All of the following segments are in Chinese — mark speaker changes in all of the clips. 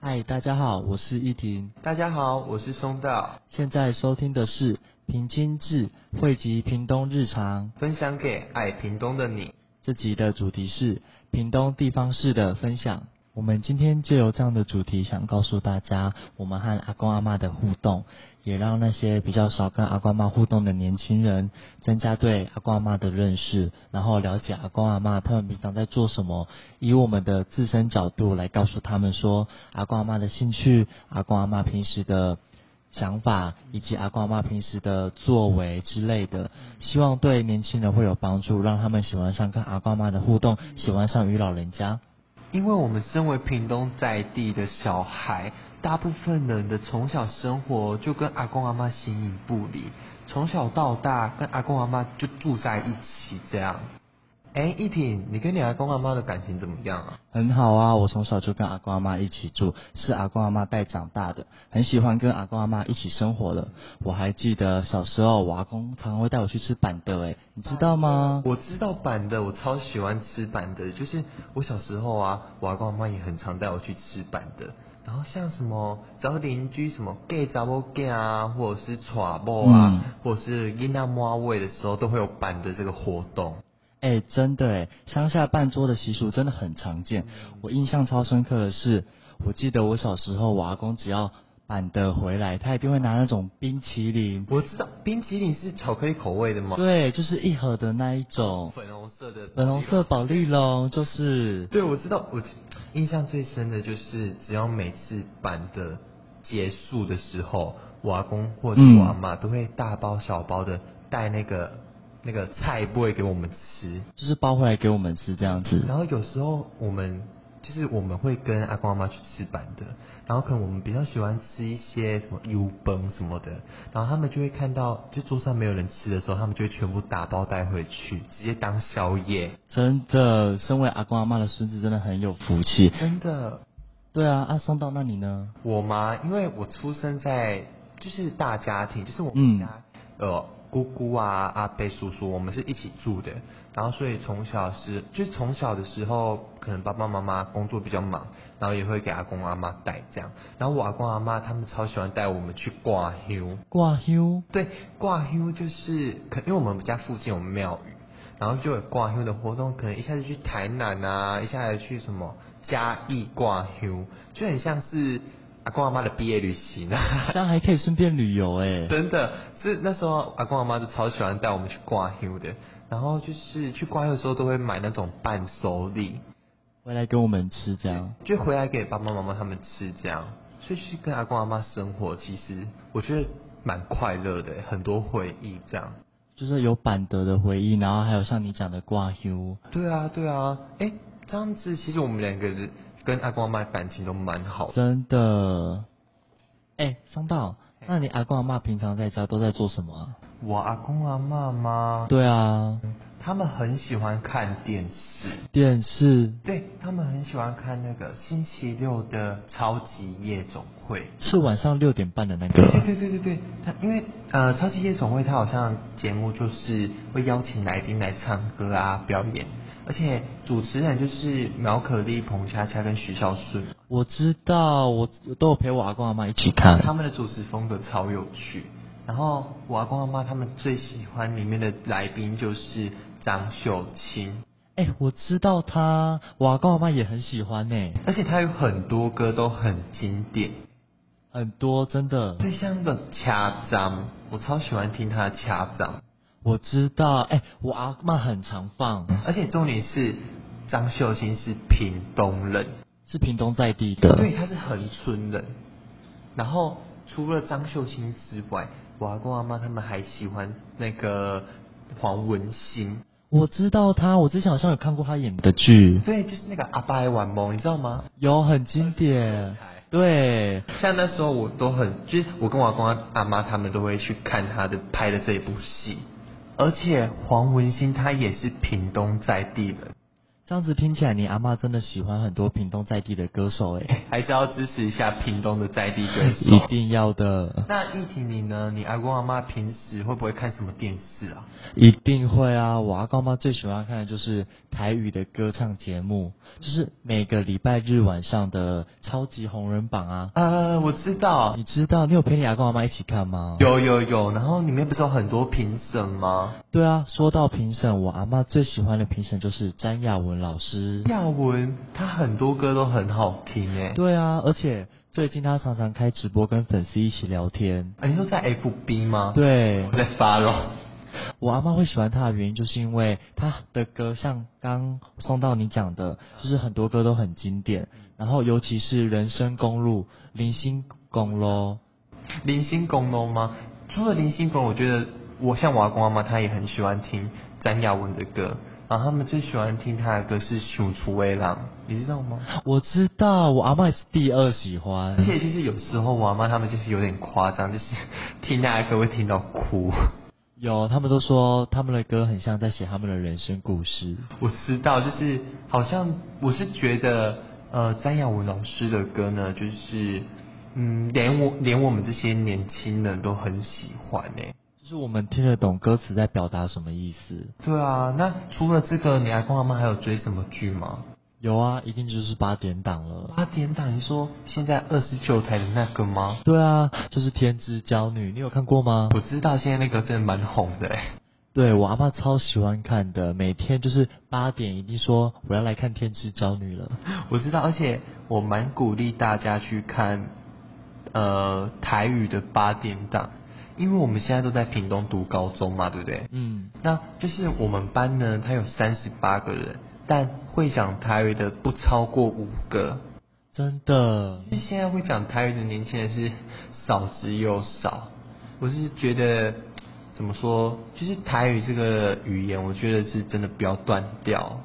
Speaker 1: 嗨，大家好，我是依婷。
Speaker 2: 大家好，我是松道，
Speaker 1: 现在收听的是《平津志汇集屏东日常》
Speaker 2: 分享给爱屏东的你。
Speaker 1: 这集的主题是屏东地方市的分享。我们今天借由这样的主题，想告诉大家我们和阿公阿妈的互动，也让那些比较少跟阿公阿妈互动的年轻人，增加对阿公阿妈的认识，然后了解阿公阿妈他们平常在做什么，以我们的自身角度来告诉他们说阿公阿妈的兴趣，阿公阿妈平时的想法以及阿公阿妈平时的作为之类的，希望对年轻人会有帮助，让他们喜欢上跟阿公阿妈的互动，喜欢上与老人家。
Speaker 2: 因为我们身为屏东在地的小孩，大部分人的从小生活就跟阿公阿妈形影不离，从小到大跟阿公阿妈就住在一起这样。哎，一婷，你跟你阿公阿妈的感情怎么样啊？
Speaker 1: 很好啊，我从小就跟阿公阿妈一起住，是阿公阿妈带长大的，很喜欢跟阿公阿妈一起生活的。我还记得小时候，我阿公常常会带我去吃板的，诶，你知道吗？
Speaker 2: 我知道板的，我超喜欢吃板的，就是我小时候啊，我阿公阿妈也很常带我去吃板的。然后像什么，只要邻居什么 gay 杂波 gay 啊，或者是 t r 啊，
Speaker 1: 嗯
Speaker 2: 或者是 i n a m a 啊位的时候，都会有板的这个活动。
Speaker 1: 哎，真的哎，乡下办桌的习俗真的很常见。
Speaker 2: 嗯
Speaker 1: 我印象超深刻的是，我记得我小时候，我阿公只要板的回来，他一定会拿那种冰淇淋，
Speaker 2: 我知道冰淇淋是巧克力口味的吗？
Speaker 1: 对，就是一盒的那一种
Speaker 2: 粉红色的，
Speaker 1: 粉红色。宝丽龙，就是
Speaker 2: 对，我知道。我印象最深的就是，只要每次版的结束的时候，我阿公或者是我阿妈都会大包小包的带那个那个菜不会给我们吃。
Speaker 1: 就是包回来给我们吃这样子。
Speaker 2: 然后有时候我们就是我们会跟阿公阿妈去吃板的，然后可能我们比较喜欢吃一些什么油崩什么的，然后他们就会看到就桌上没有人吃的时候，他们就会全部打包带回去，直接当宵夜。
Speaker 1: 真的，身为阿公阿妈的孙子真的很有福气。
Speaker 2: 真的，
Speaker 1: 对啊，阿松到那你呢？
Speaker 2: 我嘛，因为我出生在就是大家庭，就是我
Speaker 1: 嗯
Speaker 2: 们家、呃姑姑啊、阿伯、叔叔，我们是一起住的。然后所以从小是，就是从小的时候，可能爸爸妈妈工作比较忙，然后也会给阿公阿妈带这样。然后我阿公阿妈他们超喜欢带我们去挂香，
Speaker 1: 挂休
Speaker 2: 对，挂香就是可因为我们家附近有庙宇，然后就有挂香的活动，可能一下子去台南啊，一下子去什么嘉义挂香，就很像是阿公阿妈的毕业旅行啊。
Speaker 1: 这样还可以顺便旅游哎、
Speaker 2: 真的，是那时候阿公阿妈都超喜欢带我们去挂香的，然后就是去挂香的时候都会买那种伴手礼，
Speaker 1: 回来给我们吃这样。
Speaker 2: 就回来给爸爸妈妈他们吃这样，所以就是跟阿公阿妈生活，其实我觉得蛮快乐的，很多回忆这样。
Speaker 1: 就是有板德的回忆，然后还有像你讲的挂休，
Speaker 2: 对啊，对啊，哎，这样子其实我们两个人跟阿公阿妈感情都蛮好的。
Speaker 1: 真的。哎，松道，那你阿公阿妈平常在家都在做什么啊？
Speaker 2: 我阿公阿妈吗？
Speaker 1: 对啊，
Speaker 2: 他们很喜欢看电视，
Speaker 1: 电视、
Speaker 2: 对他们很喜欢看那个星期六的超级夜总会。
Speaker 1: 是晚上六点半的那
Speaker 2: 对
Speaker 1: 个。
Speaker 2: 对对对对，他因为呃超级夜总会，他好像节目就是会邀请来宾来唱歌啊表演，而且主持人就是苗可丽、彭恰恰跟徐孝顺，
Speaker 1: 我知道，我我都有陪我阿公阿妈一起看。
Speaker 2: 啊他们的主持风格超有趣。然后我阿公阿妈他们最喜欢里面的来宾就是张秀清，
Speaker 1: 哎，我知道他，我阿公阿妈也很喜欢呢、
Speaker 2: 而且他有很多歌都很经典，
Speaker 1: 很多真的。
Speaker 2: 对，像那个掐张，我超喜欢听他的掐张。
Speaker 1: 我知道，哎、我阿妈很常放，
Speaker 2: 而且重点是张秀清是屏东人，
Speaker 1: 是屏东在地的。
Speaker 2: 对，他是恒春人。然后除了张秀清之外，我阿公阿妈他们还喜欢那个黄文兴，
Speaker 1: 我知道他，我之前好像有看过他演的剧，
Speaker 2: 对，就是那个阿爸爱玩梦，你知道吗？
Speaker 1: 有很经典。对，
Speaker 2: 像那时候我都很，就是我跟我阿公阿妈他们都会去看他的拍的这一部戏，而且黄文兴他也是屏东在地人，
Speaker 1: 这样子听起来，你阿嬷真的喜欢很多屏东在地的歌手诶，
Speaker 2: 还是要支持一下屏东的在地歌
Speaker 1: 一
Speaker 2: 手。
Speaker 1: 定要的，
Speaker 2: 那一婷你呢？你阿公阿妈平时会不会看什么电视啊？
Speaker 1: 一定会啊！我阿公妈最喜欢看的就是台语的歌唱节目，就是每个礼拜日晚上的超级红人榜啊。
Speaker 2: 呃，我知道，
Speaker 1: 你知道你有陪你阿公阿妈一起看吗？。
Speaker 2: 有有有，然后里面不是有很多评审吗？
Speaker 1: 对啊，说到评审，我阿嬷最喜欢的评审就是詹雅文老师。
Speaker 2: 亚文他很多歌都很好听欸诶。
Speaker 1: 对啊，而且最近她常常开直播跟粉丝一起聊天。
Speaker 2: 啊，你说在 FB 吗？，
Speaker 1: 对
Speaker 2: 我，在发咯。
Speaker 1: 我阿妈会喜欢他的原因，就是因为他的歌像刚送到你讲的，就是很多歌都很经典，然后尤其是《人生公路》《零星公路
Speaker 2: 零星公农吗？除了零星公，我觉得我像我阿公阿妈，他也很喜欢听詹雅文的歌，然后他们最喜欢听他的歌是《熊出威郎》，你知道吗？》，
Speaker 1: 我知道，我阿妈也是第二喜 欢
Speaker 2: 而。且就是有时候我阿妈他们就是有点夸张，就是听那个歌会听到哭。
Speaker 1: 有，他们都说他们的歌很像在写他们的人生故事。
Speaker 2: 我知道，就是好像我是觉得，呃，詹雅文老师的歌呢，就是嗯，连我连我们这些年轻人都很喜欢欸诶、
Speaker 1: 就是我们听得懂歌词在表达什么意思。
Speaker 2: 对啊，那除了这个，你阿公阿妈还有追什么剧吗？
Speaker 1: 有啊，一定就是八点档了。
Speaker 2: 八点档，你说现在二十九台的那个吗？
Speaker 1: 对啊，就是《天之娇女》，你有看过吗？
Speaker 2: 我知道现在那个真的蛮红的哎。
Speaker 1: 对我阿妈超喜欢看的，每天就是八点一定说我要来看《天之娇女》了。
Speaker 2: 我知道，而且我蛮鼓励大家去看，呃，台语的八点档，因为我们现在都在屏东读高中嘛，对不对？
Speaker 1: 嗯，
Speaker 2: 那就是我们班呢，它有三十八个人，但会讲台语的不超过五个。
Speaker 1: 真的，
Speaker 2: 就是现在会讲台语的年轻人是少之又少。我是觉得怎么说，就是台语这个语言，我觉得是真的不要断掉。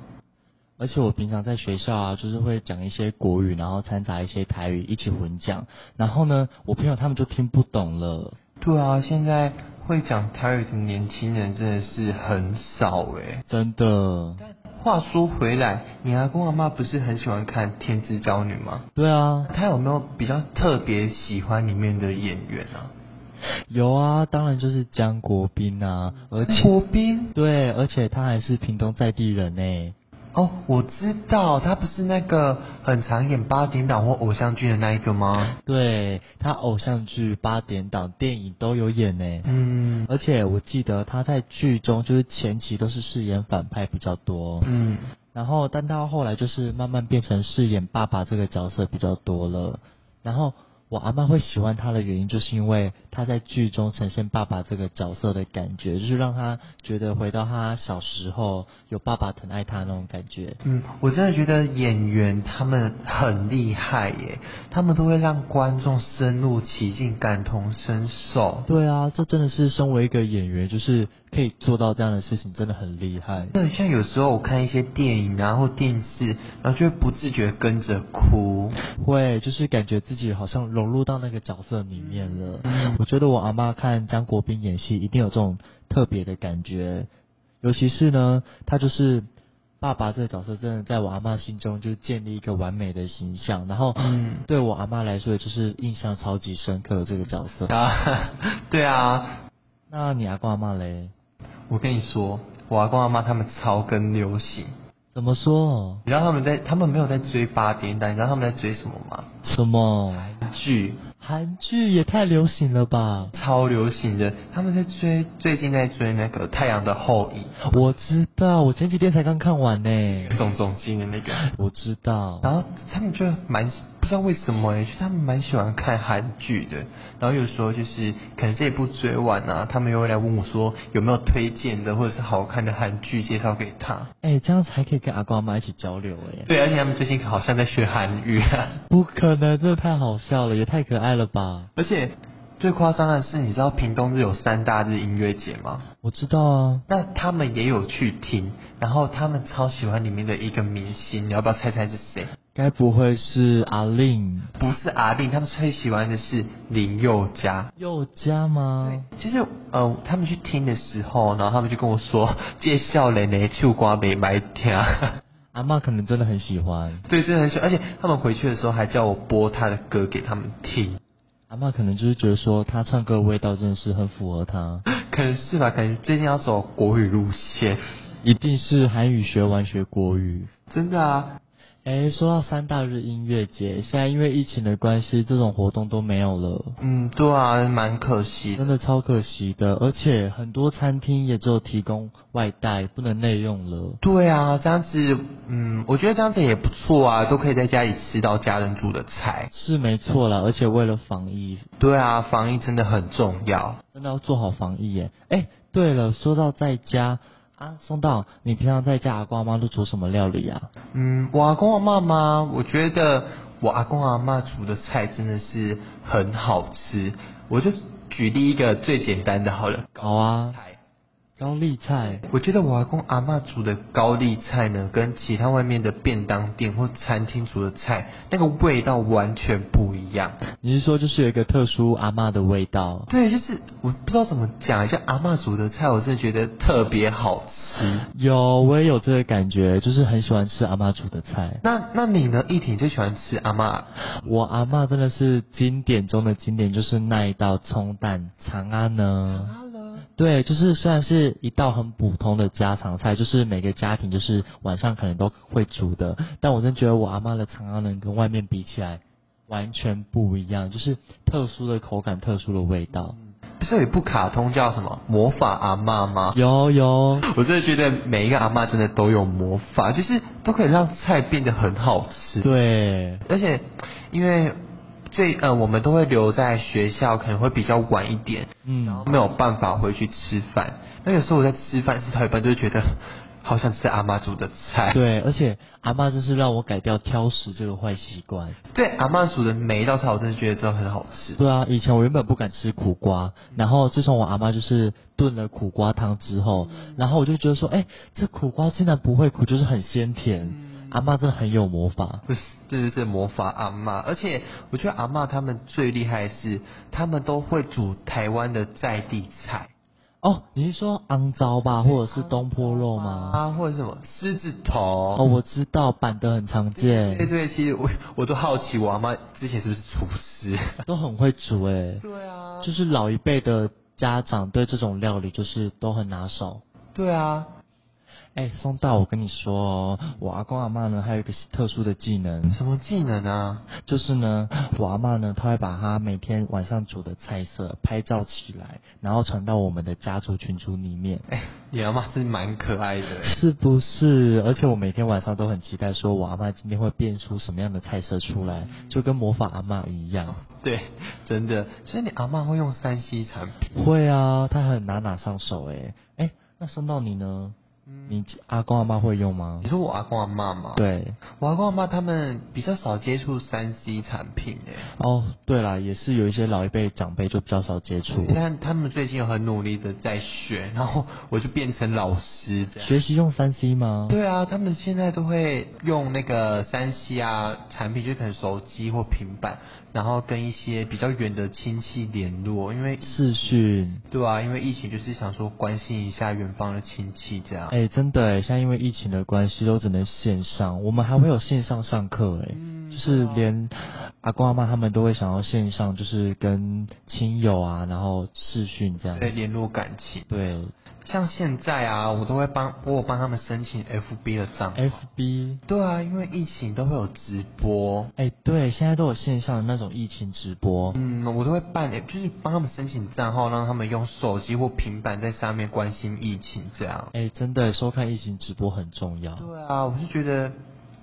Speaker 1: 而且我平常在学校啊，就是会讲一些国语，然后掺杂一些台语一起混讲。然后呢，我朋友他们就听不懂了。
Speaker 2: 对啊，现在会讲台语的年轻人真的是很少诶。
Speaker 1: 真的，
Speaker 2: 话说回来，你阿公阿妈不是很喜欢看《天之娇女》吗？
Speaker 1: 对啊，
Speaker 2: 他有没有比较特别喜欢里面的演员啊？
Speaker 1: 有啊，当然就是江国斌啊，而且
Speaker 2: 国斌
Speaker 1: 对，而且他还是屏东在地人欸呢、
Speaker 2: 哦，我知道，他不是那个很常演八点档或偶像剧的那一个吗？
Speaker 1: 对他偶像剧、八点档、电影都有演呢、欸
Speaker 2: 嗯
Speaker 1: 而且我记得他在剧中就是前期都是饰演反派比较多，
Speaker 2: 嗯，
Speaker 1: 然后但到后来就是慢慢变成饰演爸爸这个角色比较多了。然后我阿妈会喜欢他的原因，就是因为他在剧中呈现爸爸这个角色的感觉，就是让他觉得回到他小时候有爸爸疼爱他那种感觉。
Speaker 2: 嗯，我真的觉得演员他们很厉害耶，他们都会让观众深入其境，感同身受。
Speaker 1: 对啊，这真的是身为一个演员，就是可以做到这样的事情，真的很厉害。
Speaker 2: 对，像有时候我看一些电影啊或电视，然后就会不自觉跟着哭。
Speaker 1: 会，就是感觉自己好像融入到那个角色里面了。我觉得我阿妈看张国斌演戏，一定有这种特别的感觉，尤其是呢，他就是爸爸这个角色，真的在我阿妈心中就建立一个完美的形象，然后
Speaker 2: 嗯，
Speaker 1: 对我阿妈来说，也就是印象超级深刻的这个角色。
Speaker 2: 啊，对啊，
Speaker 1: 那你阿公阿妈嘞？
Speaker 2: 我跟你说，我阿公阿妈他们超跟流行，
Speaker 1: 怎么说？
Speaker 2: 你知道他们在，他们没有在追八点档，你知道他们在追什么吗？
Speaker 1: 什么？
Speaker 2: 剧，
Speaker 1: 韩剧也太流行了吧！
Speaker 2: 超流行的，他们在追，最近在追那个《太阳的后裔
Speaker 1: 我知道，我前几天才刚看完呢。》，
Speaker 2: 宋仲基的那个，
Speaker 1: 我知道。
Speaker 2: 然后他们就蛮不知道为什么耶，就是他们蛮喜欢看韩剧的，然后有时候就是可能这一部追完啊，他们又会来问我说有没有推荐的或者是好看的韩剧介绍给他，
Speaker 1: 哎、这样才可以跟阿公阿妈一起交流哎、
Speaker 2: 对，而且他们最近好像在学韩语啊。
Speaker 1: 不可能，这太好笑了，也太可爱了吧！
Speaker 2: 而且最夸张的是，你知道屏东日有三大日音乐节吗？
Speaker 1: 我知道啊，
Speaker 2: 那他们也有去听，然后他们超喜欢里面的一个明星，你要不要猜猜是谁？
Speaker 1: 该不会是阿令
Speaker 2: 不是阿令，他们最喜欢的是林宥嘉。
Speaker 1: 佑嘉吗？
Speaker 2: 就是呃，他们去 听的时候，然后他们就跟我说，介绍人呢，秋瓜没买听。
Speaker 1: 阿嬷可能真的很喜欢，
Speaker 2: 对，真的很喜欢。而且他们回去的时候还叫我播他的歌给他们听，
Speaker 1: 阿嬷可能就是觉得说她唱歌的味道真的是很符合她，
Speaker 2: 可能是吧，可能最近要走国语路线，
Speaker 1: 一定是韩语学完学国语。
Speaker 2: 真的啊。
Speaker 1: 哎，说到三大日音乐节，现在因为疫情的关系，这种活动都没有了，
Speaker 2: 嗯，对啊，蛮可惜的。
Speaker 1: 真的超可惜的。而且很多餐厅也只有提供外带，不能内用了。
Speaker 2: 对啊，这样子，嗯，我觉得这样子也不错啊，都可以在家里吃到家人煮的菜。
Speaker 1: 是没错啦，而且为了防疫，
Speaker 2: 对啊，防疫真的很重要。
Speaker 1: 真的要做好防疫耶。哎，对了，说到在家啊，松道，你平常在家阿公阿妈都煮什么料理啊？
Speaker 2: 嗯，我阿公阿妈吗？我觉得我阿公阿妈煮的菜真的是很好吃。我就举例一个最简单的好了，
Speaker 1: 好啊，
Speaker 2: 菜。
Speaker 1: 高丽菜。
Speaker 2: 我觉得我阿公阿妈煮的高丽菜呢，跟其他外面的便当店或餐厅煮的菜，那个味道完全不一样。
Speaker 1: 你是说就是有一个特殊阿嬷的味道？
Speaker 2: 对，就是我不知道怎么讲，像阿嬷煮的菜，我真的觉得特别好吃。
Speaker 1: 有，我也有这个感觉，就是很喜欢吃阿嬷煮的菜。
Speaker 2: 那那你呢？一婷最喜欢吃阿嬷
Speaker 1: 我阿嬷真的是经典中的经典，就是那一道葱蛋长安呢。
Speaker 2: ？Hello，
Speaker 1: 对，就是虽然是一道很普通的家常菜，就是每个家庭就是晚上可能都会煮的，但我真觉得我阿嬷的长安人跟外面比起来完全不一样，就是特殊的口感、特殊的味道。
Speaker 2: 不是有一部卡通叫什么《魔法阿嬷》吗？
Speaker 1: 有有，
Speaker 2: 我真的觉得每一个阿嬷真的都有魔法，就是都可以让菜变得很好吃。
Speaker 1: 对，
Speaker 2: 而且因为最呃，我们都会留在学校，可能会比较晚一点，然后
Speaker 1: 嗯，
Speaker 2: 没有办法回去吃饭。那有时候我在吃饭吃到一半，就会觉得好想吃阿嬷煮的菜。
Speaker 1: 嗯对，而且阿嬷真是让我改掉挑食这个坏习惯。
Speaker 2: 对，阿嬷煮的每一道菜，我真的觉得真的很好吃。
Speaker 1: 对啊，以前我原本不敢吃苦瓜，然后自从我阿妈就是炖了苦瓜汤之后，然后我就觉得说，哎、这苦瓜竟然不会苦，就是很鲜甜。阿妈真的很有魔法，
Speaker 2: 不是，这就是魔法阿嬷。而且我觉得阿嬷他们最厉害的是，他们都会煮台湾的在地菜
Speaker 1: 哦，你是说肮糟吧，或者是东坡肉吗？
Speaker 2: 啊，或者什么狮子头。
Speaker 1: 哦，我知道，板的很常
Speaker 2: 对
Speaker 1: 见，
Speaker 2: 对，其实我我都好奇，我阿妈之前是不是厨师？
Speaker 1: 都很会煮诶、
Speaker 2: 对啊
Speaker 1: 就是老一辈的家长对这种料理就是都很拿手。
Speaker 2: 对啊，
Speaker 1: 哎，松道，我跟你说哦，我阿公阿妈呢还有一个特殊的技能，
Speaker 2: 什么技能啊？
Speaker 1: 就是呢，我阿嬷呢，她会把她每天晚上煮的菜色拍照起来，然后传到我们的家族群组里面，
Speaker 2: 哎，你阿妈是蛮可爱 的。
Speaker 1: 是不是？而且我每天晚上都很期待，说我阿嬷今天会变出什么样的菜色出来，
Speaker 2: 嗯
Speaker 1: 就跟魔法阿嬷一样。
Speaker 2: 对，真的，所以你阿妈会用三 C 产品。
Speaker 1: 会啊，她很拿拿上手诶、诶那送到你呢？
Speaker 2: 嗯
Speaker 1: 你阿公阿嬷会用吗
Speaker 2: 你？说我阿公阿妈吗？，
Speaker 1: 对，
Speaker 2: 我阿公阿妈他们比较少接触三 C 产品欸诶，
Speaker 1: 哦，对啦，也是有一些老一辈长辈就比较少接触，
Speaker 2: 但他们最近有很努力的在学，然后我就变成老师这样。
Speaker 1: 学习用三 C 吗？
Speaker 2: 对啊，他们现在都会用那个三 C 啊产品，就可能手机或平板，然后跟一些比较远的亲戚联络，因为
Speaker 1: 视讯。
Speaker 2: 对啊，因为疫情就是想说关心一下远方的亲戚这样。
Speaker 1: 哎、真的哎，现在因为疫情的关系，都只能线上。我们还会有线上上课哎，
Speaker 2: 嗯
Speaker 1: 就是
Speaker 2: 哦
Speaker 1: 连阿公阿妈他们都会想要线上，就是跟亲友啊，然后视讯这样。
Speaker 2: 对，嗯联络感情。
Speaker 1: 对
Speaker 2: 像现在啊，我都会帮我有帮他们申请 FB 的账号。
Speaker 1: ，FB
Speaker 2: 对啊，因为疫情都会有直播，
Speaker 1: 哎、对，现在都有线上的那种疫情直播。
Speaker 2: 嗯，我都会办，就是帮他们申请账号，让他们用手机或平板在上面关心疫情这样。
Speaker 1: 哎、真的收看疫情直播很重要。
Speaker 2: 对啊，我是觉得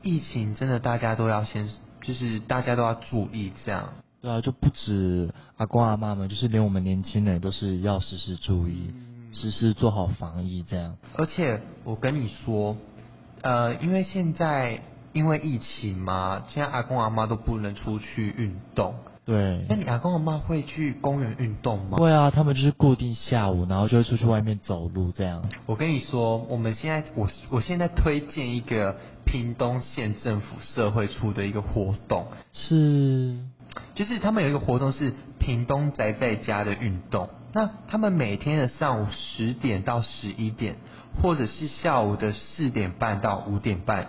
Speaker 2: 疫情真的大家都要先，就是大家都要注意这样。
Speaker 1: 对啊，就不止阿公阿妈们，就是连我们年轻人都是要时时注意，
Speaker 2: 嗯
Speaker 1: 时时做好防疫这样。
Speaker 2: 而且我跟你说，呃，因为现在因为疫情嘛，现在阿公阿妈都不能出去运动。
Speaker 1: 对
Speaker 2: 那。你阿公阿妈会去公园运动吗？
Speaker 1: 会啊，他们就是固定下午，然后就会出去外面走路这样。
Speaker 2: 我跟你说，我们现在我我现在推荐一个屏东县政府社会处的一个活动，
Speaker 1: 是
Speaker 2: 就是他们有一个活动是屏东宅在家的运动。那他们每天的上午十点到十一点，或者是下午的四点半到五点半，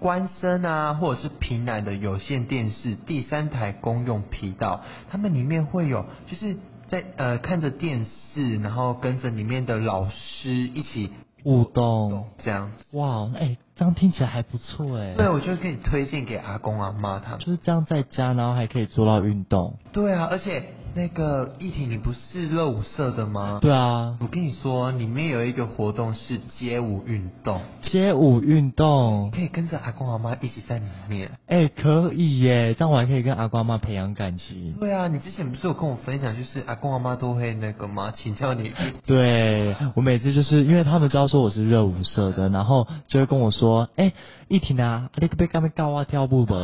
Speaker 2: 关生啊，或者是平南的有线电视第三台公用频道，他们里面会有就是在呃看着电视，然后跟着里面的老师一起
Speaker 1: 互动，
Speaker 2: 这样子。
Speaker 1: 哇，哎、这样听起来还不错哎、
Speaker 2: 对，我觉得可以推荐给阿公阿妈他们。
Speaker 1: 就是这样在家，然后还可以做到运动。
Speaker 2: 对啊，而且那个议题你不是热舞社的吗？
Speaker 1: 对啊，
Speaker 2: 我跟你说，里面有一个活动是街舞运动，
Speaker 1: 街舞运动，
Speaker 2: 可以跟着阿公阿妈一起在里面。
Speaker 1: 哎、可以耶，这样我还可以跟阿瓜妈培养感情。
Speaker 2: 对啊，你之前不是有跟我分享，就是阿公阿妈都会那个吗？ 请教你。
Speaker 1: 对我每次就是因为他们知道说我是热舞社的，然后就会跟我说：“哎、一婷啊，你可不可以跟我们高啊跳舞不？”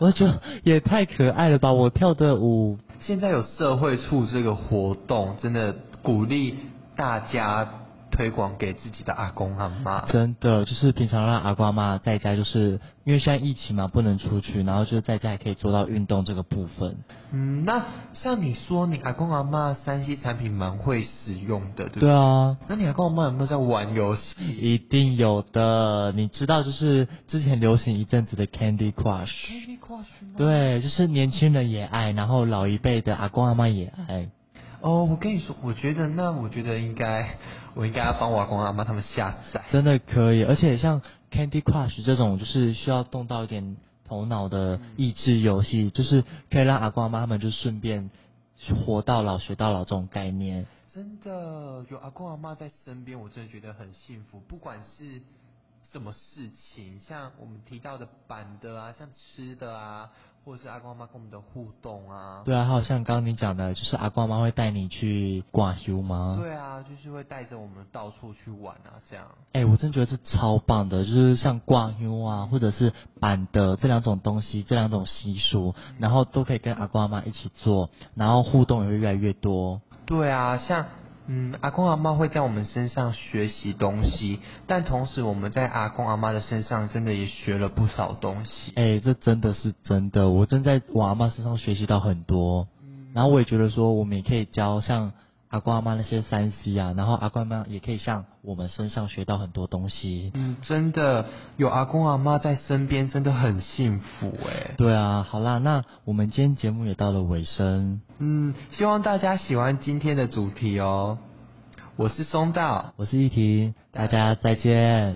Speaker 1: 我就觉得也太可爱了吧！我跳的舞，
Speaker 2: 现在有社会处这个活动，真的鼓励大家推广给自己的阿公阿妈。
Speaker 1: 真的就是平常让阿瓜妈在家，就是因为现在疫情嘛，不能出去，然后就是在家也可以做到运动这个部分。
Speaker 2: 嗯，那像你说，你阿公阿妈三 C 产品蛮会使用的，对不对？
Speaker 1: 对啊，
Speaker 2: 那你阿公阿妈有没有在玩游戏？
Speaker 1: 一定有的。你知道，就是之前流行一阵子的 Candy Crush，
Speaker 2: Candy Crush 吗
Speaker 1: 对，就是年轻人也爱，然后老一辈的阿公阿妈也爱。
Speaker 2: 哦，我跟你说，我觉得那我觉得应该，我应该要帮我阿公阿妈他们下载。
Speaker 1: 真的可以，而且像 Candy Crush 这种就是需要动到一点头脑的益智游戏，就是可以让阿公阿妈他们就顺便活到老学到老这种概念。
Speaker 2: 真的有阿公阿妈在身边，我真的觉得很幸福。不管是什么事情，像我们提到的板的啊，像吃的啊，或者是阿公阿妈跟我们的互动啊，
Speaker 1: 对啊，还有像刚刚你讲的，就是阿公阿妈会带你去挂修吗？
Speaker 2: 对啊，就是会带着我们到处去玩啊，这样。
Speaker 1: 哎、我真觉得这超棒的，就是像挂优啊，或者是板的这两种东西，这两种习俗，然后都可以跟阿公阿妈一起做，然后互动也会越来越多。
Speaker 2: 对啊，像嗯，阿公阿妈会在我们身上学习东西，但同时我们在阿公阿妈的身上真的也学了不少东西。
Speaker 1: 哎、这真的是真的，我真在我阿妈身上学习到很多，然后我也觉得说，我们也可以教像阿公阿妈那些三 C 啊，然后阿公阿妈也可以像我们身上学到很多东西。
Speaker 2: 嗯，真的有阿公阿妈在身边，真的很幸福哎、
Speaker 1: 对啊，好啦，那我们今天节目也到了尾声，
Speaker 2: 嗯，希望大家喜欢今天的主题哦。我是松道。
Speaker 1: 我是一婷，大家再见。